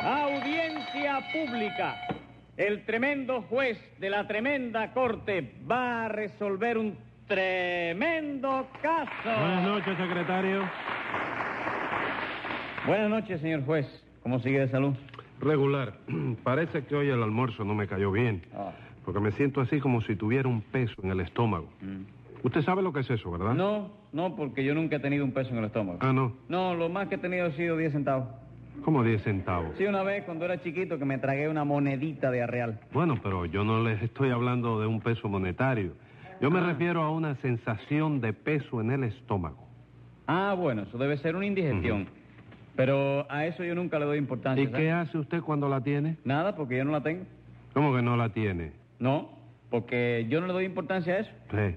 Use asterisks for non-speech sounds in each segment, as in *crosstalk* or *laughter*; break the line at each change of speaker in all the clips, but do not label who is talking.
Audiencia pública. El tremendo juez de la tremenda corte va a resolver un tremendo
Buenas
caso.
noches, secretario.
Buenas noches, señor juez. ¿Cómo sigue de salud?
Regular. *clears throat* Parece que hoy el almuerzo no me cayó bien.
Ah.
Porque me siento así como si tuviera un peso en el estómago. Usted sabe lo que es eso, ¿verdad?
Mm. No, no, porque yo nunca he tenido un peso en el estómago.
Ah, no.
No, lo más que he tenido ha sido 10 centavos.
Como 10 centavos.
Sí, una vez cuando era chiquito que me tragué una monedita de arreal.
Bueno, pero yo no les estoy hablando de un peso monetario. Yo
Ah.
me refiero a una sensación de peso en el estómago.
Ah, bueno, eso debe ser una indigestión. Pero a eso yo nunca le doy importancia.
¿Y
¿sabe?
qué hace usted cuando la tiene?
Nada, porque yo no la tengo.
¿Cómo que no la tiene?
No, porque yo no le doy importancia a eso.
Sí,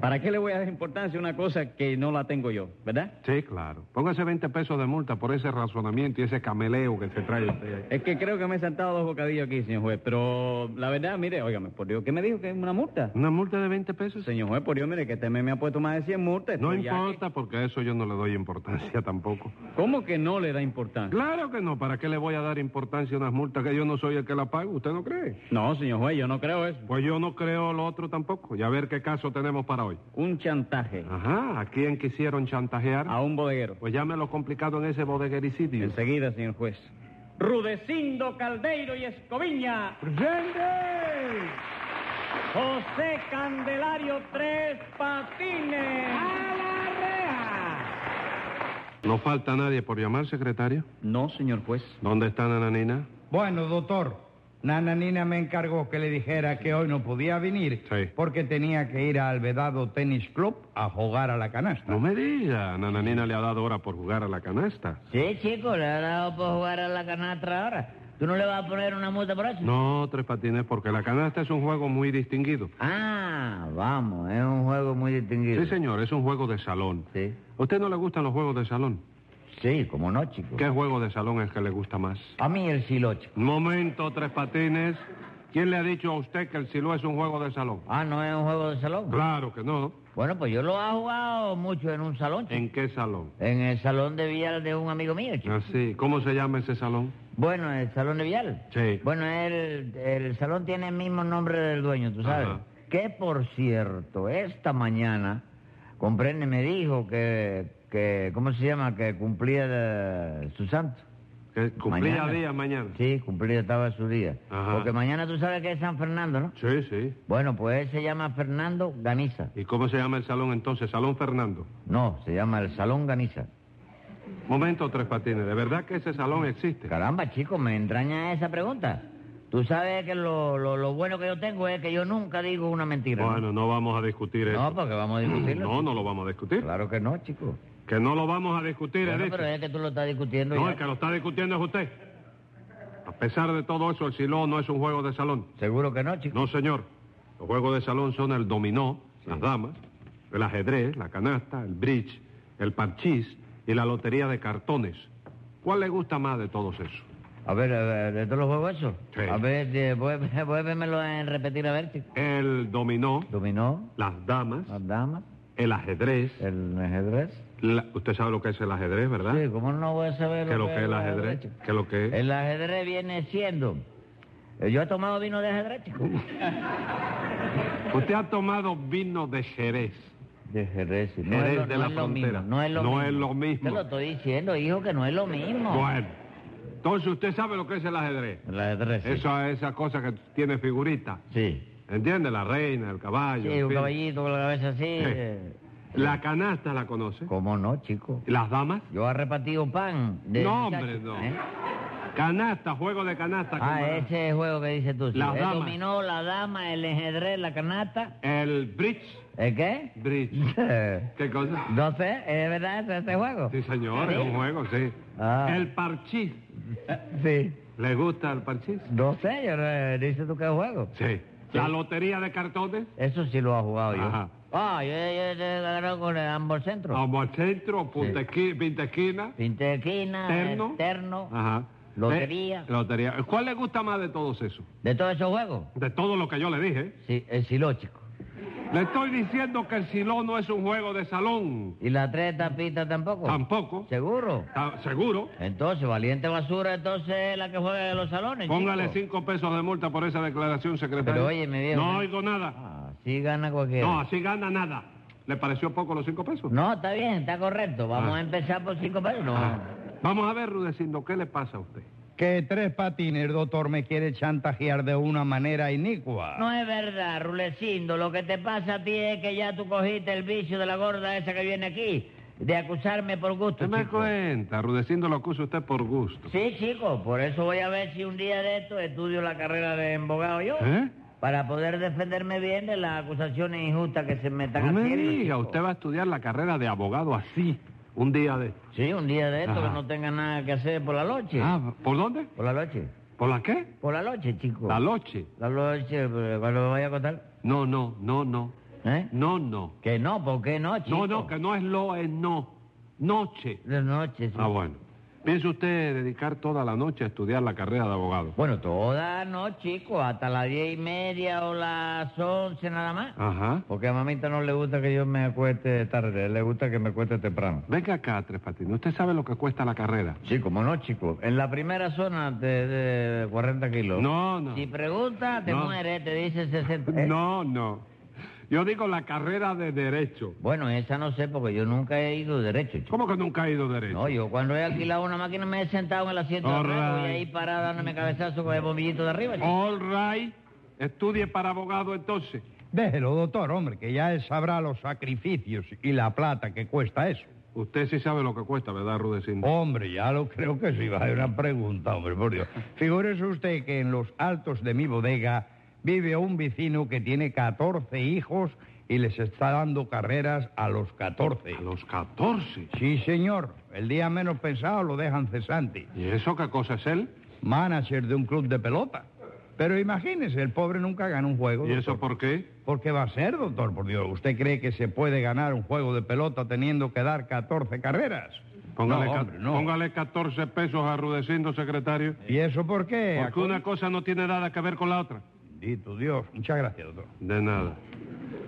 ¿Para qué le voy a dar importancia a una cosa que no la tengo yo, verdad?
sí claro. Póngase 20 pesos de multa por ese razonamiento y ese cameleo que se trae usted. ahí.
Es que creo que me he saltado dos bocadillos aquí, señor juez. Pero la verdad, mire, óigame, por Dios, ¿qué me dijo que es una multa?
¿Una multa de 20 pesos?
Señor juez, por Dios, mire, que este mes me ha puesto más de 100 multas.
Este
No
estoy ya que-
importa, porque a eso yo no le doy importancia *laughs* tampoco.
¿Cómo que no le da importancia?
Claro que no, ¿para qué le voy a dar importancia a unas multas que yo no soy el que la pago? ¿Usted no cree?
No, señor juez, yo no creo eso.
Pues yo no creo lo otro tampoco. Y a ver qué caso tenemos para hoy.
Un chantaje
Ajá, ¿a quién quisieron chantajear?
Ah.
a un bodeguero.
Pues llámelo complicado en ese bodeguericidio.
Enseguida, señor juez. Rudecindo Caldeiro y Escoviña,
¡Presente!
José Candelario Tres Patines. ¡A la reja!
¿No falta nadie por llamar, secretario?
No, señor juez.
¿Dónde está Nananina?
Bueno, doctor, Nananina me encargó que le dijera que hoy no podía venir
Sí.
porque tenía que ir al Vedado Tennis Club a jugar a la canasta.
No me diga, Nananina le ha dado hora por jugar a la canasta.
Sí, chico, le ha dado por jugar a la canastra ahora. ¿Tú no le vas a poner una multa por eso?
No, Tres Patines, porque la canasta es un juego muy distinguido.
Ah, vamos, es un juego muy distinguido.
Sí, señor, es un juego de salón.
Sí,
¿A usted no le gustan los juegos de salón?
sí, como no, chico.
¿Qué juego de salón es que le gusta más?
A mí el silo, chico.
Momento, Tres Patines. ¿Quién le ha dicho a usted que el silú es un juego de salón?
Ah, ¿no es un juego de salón?
Claro que no.
Bueno, pues yo lo he jugado mucho en un salón, chico.
¿En Ah. qué salón?
En el salón de Vial de un amigo mío, chico.
Así. ¿Cómo se llama ese salón?
Bueno, el salón de Vial.
Sí.
Bueno, el, el salón tiene el mismo nombre del dueño, tú sabes.
Ajá.
Que, por cierto, esta mañana, comprende, me dijo que, que ¿cómo se llama? Que cumplía eh, su santo.
Que cumplía
Mañana.
día mañana.
Sí, cumplía, estaba su día.
Ajá.
Porque mañana tú sabes que es San Fernando, ¿no?
Sí, sí.
Bueno, pues él se llama Fernando Ganiza.
¿Y cómo se llama el salón entonces? Salón Fernando.
No, se llama el Salón Ganiza.
Momento, Tres Patines. ¿De verdad que ese salón existe?
Caramba, chico, me entraña esa pregunta. Tú sabes que lo, lo, lo bueno que yo tengo es que yo nunca digo una mentira. ¿no?
Bueno, no vamos a discutir eso.
No, porque vamos a discutirlo.
No, no lo vamos a discutir.
Claro que no, chico.
Que no lo vamos a discutir,
Bueno,
he dicho.
pero es que tú lo estás discutiendo
No,
ya.
el que lo está discutiendo es usted. A pesar de todo eso, el silón no es un juego de salón.
Seguro que no, chico.
No, señor. Los juegos de salón son el dominó, las damas, el ajedrez, la canasta, el bridge, el parchís y la lotería de cartones. ¿Cuál le gusta más de todos esos?
A ver, a ver, ¿de todos los juegos eso?
Sí.
A ver, de- vuelve- *laughs* vuélvemelo a repetir, a ver, chico.
El dominó,
Dominó,
las damas,
las damas,
el ajedrez.
el ajedrez.
la- Usted sabe lo que es el ajedrez, ¿verdad?
Sí, ¿cómo no voy a saber
¿Qué lo que es el ajedrez?
chico?
¿Qué lo que es?
El ajedrez viene siendo... eh, Yo he tomado vino de ajedrez, chico.
Usted ha tomado vino de Jerez.
De ajedrez, sí.
Jerez
lo-
de la
es lo
frontera.
mismo, no es lo
No
mismo.
es lo mismo.
Te lo estoy diciendo, hijo, que no es lo mismo.
Bueno, entonces usted sabe lo que es el ajedrez.
El ajedrez, sí.
Esa, esa cosa que tiene figurita.
Sí.
¿Entiende? La reina, el caballo.
Sí,
en
un
fin.
caballito con la cabeza así.
Sí.
eh.
La canasta la conoce.
¿Cómo no, chico?
¿Las damas?
Yo he repartido pan. de
no,
muchacho,
hombre, no.
¿eh?
Canasta, juego de canasta.
Ah,
camarada.
ese juego que dices tú. sí.
Las
el
damas.
dominó, la dama, el ajedrez, la canasta.
El bridge.
¿El qué? *laughs*
Bridge. ¿Qué cosa?
no sé, ¿es verdad ese, ese juego?
Sí, señor, es un juego, sí.
Ah.
El parchís.
Sí.
¿Le gusta el parchís?
No sé, yo no- dices tú qué juego.
Sí. ¿La lotería de cartones?
Eso sí lo ha jugado
Ajá.
yo. Ah,
Ah,
yo, yo te he agarrado con el ambos centros.
Vamos al centro, punta esqui- pinta esquina,
Pintequina,
terno.
terno,
Ajá.
Lotería.
Eh, lotería. ¿Cuál le gusta más de todos esos?
de todos esos juegos.
De todo lo que yo le dije.
Sí, el silóchico.
Le estoy diciendo que el siló no es un juego de salón.
¿Y las tres tapitas tampoco?
Tampoco.
¿Seguro?
Ta- ¿Seguro?
Entonces, valiente basura, entonces es la que juega en los salones.
Póngale
chico.
cinco pesos de multa por esa declaración, secretario.
Pero óyeme bien,
No
¿no?
oigo nada.
Ah, sí gana cualquiera.
No, así gana nada. ¿Le pareció poco los cinco pesos?
No, está bien, está correcto. Vamos
Ah.
a empezar por cinco pesos. No.
Ah. Vamos a ver, Rudecindo, ¿qué le pasa a usted?
Que tres patines, doctor, me quiere chantajear de una manera inicua.
No es verdad, Rulecindo. Lo que te pasa a ti es que ya tú cogiste el vicio de la gorda esa que viene aquí, de acusarme por gusto.
¿Qué me
chico.
cuenta? Rudecindo lo acusa usted por gusto.
Sí, chico, por eso voy a ver si un día de esto estudio la carrera de embogado yo.
¿Eh?
Para poder defenderme bien de las acusaciones injustas que se me están
No me
haciendo.
diga,
chico.
usted va a estudiar la carrera de abogado así, un día de...
Sí, un día de esto que
Ajá.
no tenga nada que hacer por la noche.
Ah, ¿por dónde?
¿Por la noche?
¿Por la qué?
Por la noche, chico.
La noche.
La noche, eh, cuando me vaya a contar.
No, no, no, no.
¿Eh?
No, no.
Que no, ¿por qué no, chico?
No, no, que no es lo, es no. Noche.
De noche, sí.
Ah, bueno. ¿Piensa usted dedicar toda la noche a estudiar la carrera de abogado?
Bueno, toda no, chico, hasta las diez y media o las once nada más.
Ajá.
Porque a mamita no le gusta que yo me acueste tarde, le gusta que me acueste temprano.
Venga acá, Tres Patines. ¿Usted sabe lo que cuesta la carrera?
Sí, como no, chico. En la primera zona de, de 40 kilos.
No, no.
Si pregunta, te
No.
muere, te dice 60. ¿eh?
No, no. Yo digo la carrera de derecho.
Bueno, esa no sé porque yo nunca he ido derecho, chico.
¿Cómo que nunca ha ido derecho?
No, yo cuando he alquilado una máquina me he sentado en el asiento de
All
atrás y
right.
ahí parado dándome cabezazo con el bombillito de arriba. chico.
All right. Estudie para abogado entonces.
Déjelo, doctor, hombre, que ya él sabrá los sacrificios y la plata que cuesta eso.
Usted sí sabe lo que cuesta, ¿verdad, Rudecindo?
Hombre, ya lo creo que sí, vaya una pregunta, hombre, por Dios. Figúrese usted que en los altos de mi bodega vive un vecino que tiene 14 hijos y les está dando carreras a los 14.
A los 14.
Sí, señor, el día menos pensado lo dejan cesante,
¿Y eso qué cosa es él?
manager de un club de pelota. Pero imagínese, el pobre nunca gana un juego.
¿Y eso
doctor.
por qué?
¿Por qué va a ser, doctor? Por Dios, ¿usted cree que se puede ganar un juego de pelota teniendo que dar 14 carreras?
Póngale,
no,
ca-
hombre, no.
póngale 14 pesos a Rudecindo, secretario.
¿Y eso por qué?
Porque una cosa no tiene nada que ver con la otra.
Bendito Dios. Muchas gracias, doctor.
De nada.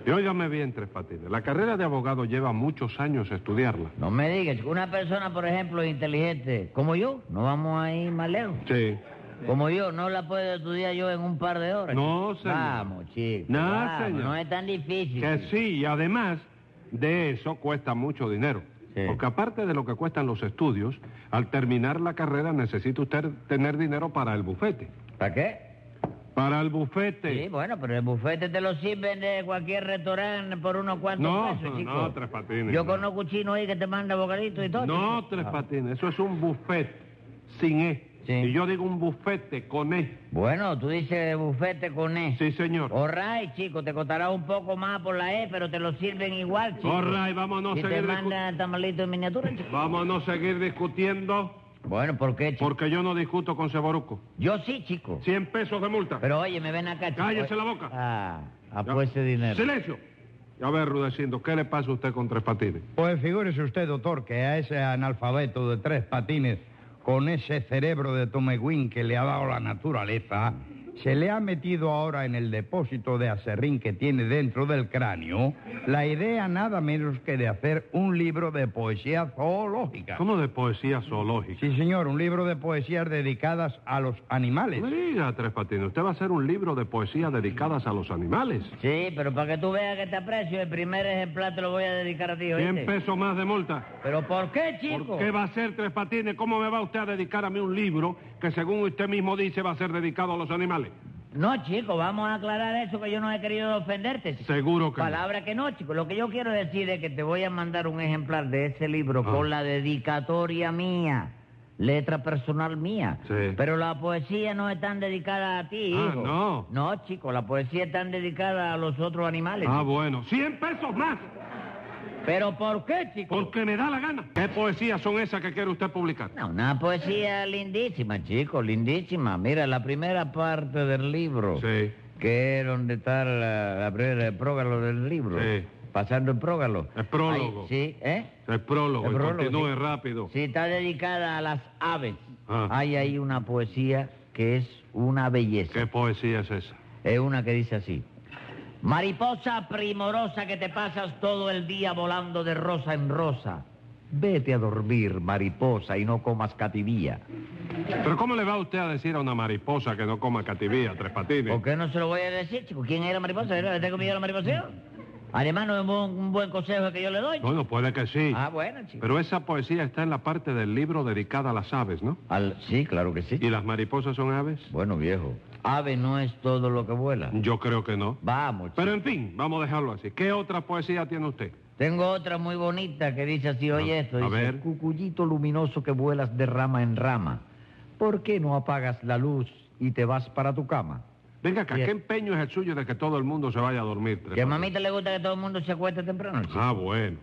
Y óigame bien, Tres Patines. La carrera de abogado lleva muchos años estudiarla.
No me digas, una persona, por ejemplo, inteligente como yo, no vamos a ir más lejos.
Sí.
Como yo, no la puedo estudiar yo en un par de horas.
No,
chico.
señor.
Vamos, chico.
No,
vamos,
señor.
No es tan difícil.
Que
chico.
sí, y además de eso cuesta mucho dinero.
Sí.
Porque aparte de lo que cuestan los estudios, al terminar la carrera necesita usted tener dinero para el bufete.
¿Para qué?
Para el
Sí.
bufete.
bueno, pero el bufete te lo sirven de cualquier restaurante por unos cuantos
No,
pesos,
no,
chico.
no, Tres Patines,
Yo
no.
conozco un chino ahí que te manda bocadito y todo.
no,
chico.
Tres Patines, eso es un buffet sin E.
Ah. Sí.
Y yo digo un bufete con E.
Bueno, tú dices bufete con E.
Sí, señor.
All right, chico, te costará un poco más por la E, pero te lo sirven igual, chico.
All right, vámonos
Y
a
te
seguir discu-
mandan tamalito en miniatura,
*laughs*
chico.
Vámonos a seguir discutiendo
Bueno, ¿por qué, chico?
porque yo no discuto con Ceboruco.
Yo sí, chico.
100 pesos de multa.
Pero oye, me ven acá, chico.
Cállese la boca.
Ah,
Ya.
apueste dinero.
¡Silencio! A ver, Rudecindo, ¿qué le pasa a usted con Tres Patines?
Pues figúrese usted, doctor, que a ese analfabeto de tres patines, con ese cerebro de Tomegüín que le ha dado la naturaleza, se le ha metido ahora en el depósito de acerrín que tiene dentro del cráneo la idea nada menos que de hacer un libro de poesía zoológica.
¿Cómo de poesía zoológica?
Sí, señor, un libro de poesías dedicadas a los animales.
Mira, Tres Patines, usted va a hacer un libro de poesía dedicadas a los animales.
Sí, pero para que tú veas que te aprecio, el primer ejemplar te lo voy a dedicar a ti, ¿oíste?
100 pesos más de multa.
¿Pero por qué, chico?
pues. ¿Por qué va a ser Tres Patines? ¿Cómo me va usted a dedicar a mí un libro que según usted mismo dice va a ser dedicado a los animales?
No, chico, vamos a aclarar eso que yo no he querido ofenderte. chico.
Seguro que no.
Palabra que no, chico. Lo que yo quiero decir es que te voy a mandar un ejemplar de ese libro
Ah.
con la dedicatoria mía, letra personal mía.
Sí.
Pero la poesía no es tan dedicada a ti,
Ah,
hijo.
no.
No, chico, la poesía es tan dedicada a los otros animales.
Ah,
chico.
bueno. ¡100 pesos más!
¿Pero por qué, chico?
Porque me da la gana. ¿Qué poesías son esas que quiere usted publicar?
No, una poesía lindísima, chico, lindísima. Mira, la primera parte del libro,
Sí.
que es donde está la, la primera- el prógalo del libro,
Sí.
pasando el prógalo.
El prólogo.
Ahí, sí, ¿eh?
El prólogo,
El
y
prólogo,
continúe
sí.
rápido.
Sí, está dedicada a las aves.
Ah.
Hay ahí una poesía que es una belleza.
¿Qué poesía es esa?
Es una que dice así. Mariposa primorosa que te pasas todo el día volando de rosa en rosa. Vete a dormir, mariposa, y no comas cativía.
Pero ¿cómo le va usted a decir a una mariposa que no coma cativía, tres patines?
¿Por qué no se lo voy a decir, chico? ¿Quién era mariposa? ¿Era este comida la mariposa?
Mm.
Además, no es un, un buen consejo que yo le doy. chico.
Bueno, puede que sí.
Ah, bueno, chico.
Pero esa poesía está en la parte del libro dedicada a las aves, ¿no?
Al- Sí, claro que sí.
¿Y las mariposas son aves?
Bueno, viejo, ave no es todo lo que vuela.
Yo creo que no.
Vamos, chico.
Mm. Pero en fin, vamos a dejarlo así. ¿Qué otra poesía tiene usted?
Tengo otra muy bonita que dice así, oye
A-
esto,
a
dice,
ver.
cucullito luminoso que vuelas de rama en rama, ¿por qué no apagas la luz y te vas para tu cama?
Venga acá,
Bien.
¿qué empeño es el suyo de que todo el mundo se vaya a dormir? Tres
Que a
Patines?
mamita le gusta que todo el mundo se acueste temprano. chico.
Ah, bueno.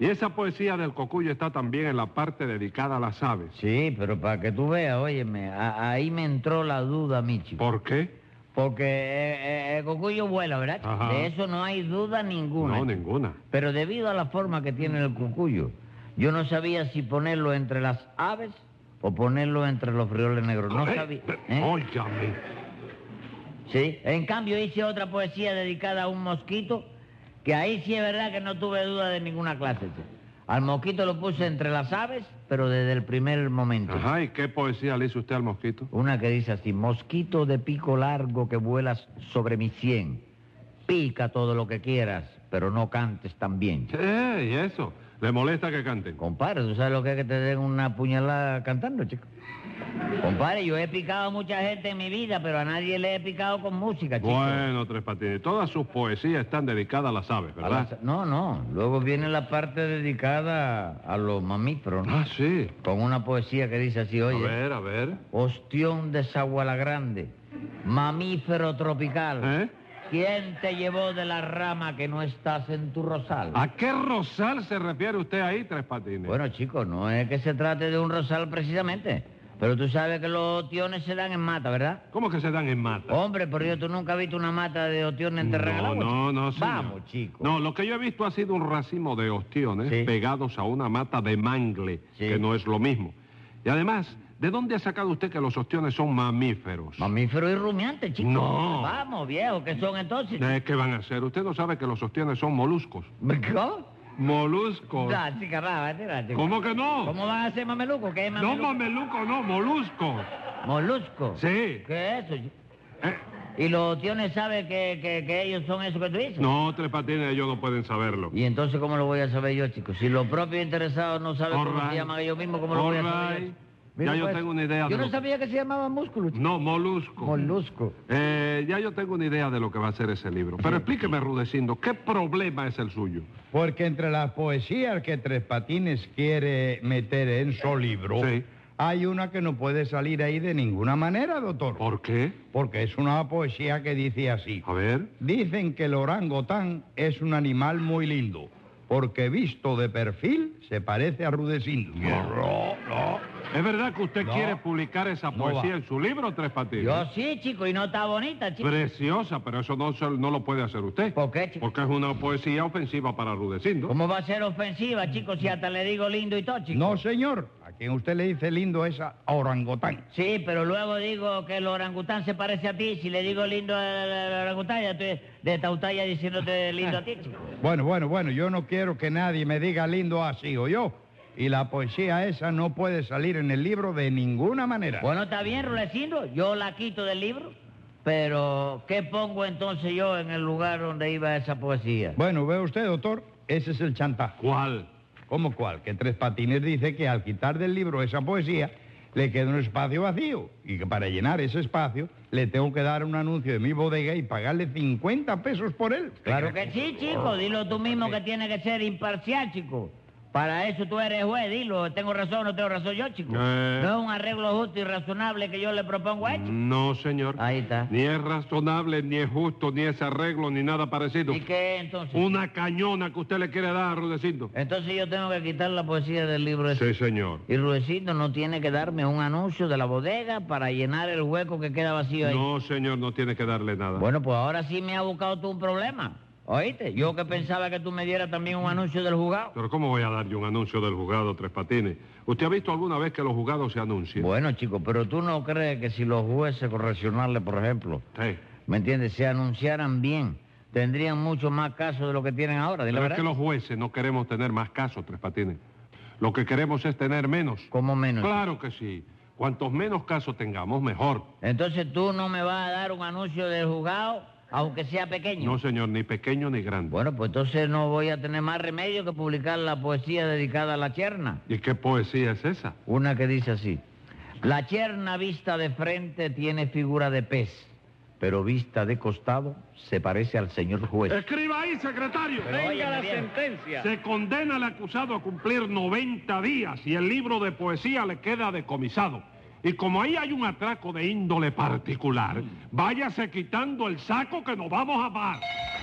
Y esa poesía del cocuyo está también en la parte dedicada a las aves.
Sí, pero para que tú veas, óyeme, a- ahí me entró la duda, mi chico.
¿Por qué?
Porque eh, eh, el cucuyo vuela, ¿verdad? chico?
Ajá.
De eso no hay duda ninguna.
No,
chico.
ninguna.
Pero debido a la forma que tiene el cucuyo, yo no sabía si ponerlo entre las aves o ponerlo entre los frioles negros. No
Eh,
sabía.
eh,
¿eh?
Óigame.
Sí, en cambio hice otra poesía dedicada a un mosquito, que ahí sí es verdad que no tuve duda de ninguna clase. chico. Al mosquito lo puse entre las aves, pero desde el primer momento.
Ajá, ¿y qué poesía le hizo usted al mosquito?
Una que dice así, mosquito de pico largo que vuelas sobre mi sien. Pica todo lo que quieras, pero no cantes tan bien.
Eh, ¿y eso? ¿Le molesta que canten?
Compadre, ¿tú sabes lo que es que te den una puñalada cantando, chico? Compadre, yo he picado a mucha gente en mi vida, pero a nadie le he picado con música, chico.
Bueno, Tres Patines, todas sus poesías están dedicadas a las aves,
A la-
¿verdad?
No, no. Luego viene la parte dedicada a los mamíferos, ¿no?
Ah, sí.
Con una poesía que dice así,
A
oye,
ver, a ver.
ostión de Zaguala Grande, mamífero tropical.
¿Eh?
¿Quién te llevó de la rama que no estás en tu rosal?
¿A qué rosal se refiere usted ahí, Tres Patines?
Bueno, chicos, no es que se trate de un rosal precisamente, pero tú sabes que los ostiones se dan en mata, ¿verdad?
¿Cómo que se dan en mata?
Hombre, por Dios, tú nunca has visto una mata de ostiones en
No, no, no, señor.
Vamos, chicos.
No, lo que yo he visto ha sido un racimo de ostiones
Sí.
pegados a una mata de mangle,
Sí.
que no es lo mismo. Y además, ¿de dónde ha sacado usted que los ostiones son mamíferos?
Mamífero y rumiante, chicos.
No.
Vamos, viejo, ¿qué son entonces?
Eh, ¿Qué van a hacer? Usted no sabe que los ostiones son moluscos.
¿Cómo?
¿Moluscos?
Ah, chica, va, va, tira, chica.
Oh. ¿Cómo que no?
¿Cómo van a ser mameluco? ¿Qué es
No,
mameluco?
mameluco, no, moluscos.
Molusco.
Sí.
¿Qué es eso? chico?
Eh,
¿Y los ostiones saben que, que- que ellos son eso que tú dices?
no, Tres Patines, ellos no pueden saberlo.
¿Y entonces cómo lo voy a saber yo, chicos? Si los propios interesados no saben
All
cómo
right.
se llaman ellos mismos, ¿cómo lo
All
voy a saber yo?
right.
chico? Mira,
Ya yo
pues,
tengo una idea de
Yo no
lo-
sabía que se llamaba músculo, chico.
No, molusco.
Molusco.
Eh, ya yo tengo una idea de lo que va a ser ese libro. Pero explíqueme, Rudecindo, ¿qué problema es el suyo?
Porque entre las poesías que Tres Patines quiere meter en su libro,
Sí.
hay una que no puede salir ahí de ninguna manera, doctor.
¿Por qué?
Porque es una poesía que dice así.
A ver.
Dicen que el orangután es un animal muy lindo, porque visto de perfil se parece a Rudecindo.
No, no. ¿Es verdad que usted
No.
quiere publicar esa
No
poesía
va.
en su libro, Tres Patines?
Yo sí, chico, y no está bonita, chico.
Preciosa, pero eso no, se- no lo puede hacer usted.
¿Por qué, chico?
Porque es una poesía ofensiva para Rudecindo.
¿Cómo va a ser ofensiva, chicos, si hasta le digo lindo y todo, chico?
No, señor. A quien usted le dice lindo es a orangután.
Sí, pero luego digo que el orangután se parece a ti. Si le digo lindo al al orangután, ya estoy de tautalla diciéndote lindo a ti, chico.
Bueno, bueno, bueno, yo no quiero que nadie me diga lindo así o yo. Y la poesía esa no puede salir en el libro de ninguna manera.
Bueno, está bien, Rulecindo, yo la quito del libro. Pero, ¿qué pongo entonces yo en el lugar donde iba esa poesía?
Bueno, ve usted, doctor, ese es el chantaje.
¿Cuál?
¿Cómo cuál? Que Tres Patines dice que al quitar del libro esa poesía le queda un espacio vacío y que para llenar ese espacio le tengo que dar un anuncio de mi bodega y pagarle 50 pesos por él.
Claro que sí,
Oh,
chico, dilo tú mismo que tiene que ser imparcial, chico. Para eso tú eres juez, dilo, tengo razón o no tengo razón yo, chico.
Eh.
No es un arreglo justo y razonable que yo le propongo a él, chico.
No, señor.
Ahí está.
Mm. Ni es razonable, ni es justo, ni es arreglo, ni nada parecido.
¿Y qué entonces?
Una cañona que usted le quiere dar a Rudecindo.
Entonces yo tengo que quitar la poesía del libro ese.
Sí, señor.
Y Rudecindo no tiene que darme un anuncio de la bodega para llenar el hueco que queda vacío ahí.
No, señor, no tiene que darle nada.
Bueno, pues ahora sí me ha buscado tú un problema. ¿Oíste? Yo que pensaba que tú me dieras también un anuncio del juzgado.
Pero ¿cómo voy a dar yo un anuncio del juzgado Tres Patines? ¿Usted ha visto alguna vez que los juzgados se anuncien?
Bueno, chico, pero tú no crees que si los jueces correccionales, por ejemplo,
Sí.
¿me entiendes? Se anunciaran bien tendrían mucho más casos de lo que tienen ahora, dile
Pero
la verdad.
es que los jueces no queremos tener más casos, Tres Patines. Lo que queremos es tener menos.
¿Cómo menos?
Claro que sí. Cuantos menos casos tengamos, mejor.
Entonces tú no me vas a dar un anuncio del juzgado, aunque sea pequeño.
No, señor, ni pequeño ni grande.
Bueno, pues entonces no voy a tener más remedio que publicar la poesía dedicada a la cherna.
¿Y qué poesía es esa?
Una que dice así. La cherna vista de frente tiene figura de pez, pero vista de costado se parece al señor juez.
Escriba ahí, secretario.
Pues. Pero
Venga
óyeme
la
bien.
sentencia.
Se condena al acusado a cumplir 90 días y el libro de poesía le queda decomisado. Y como ahí hay un atraco de índole particular, váyase quitando el saco que nos vamos a pagar.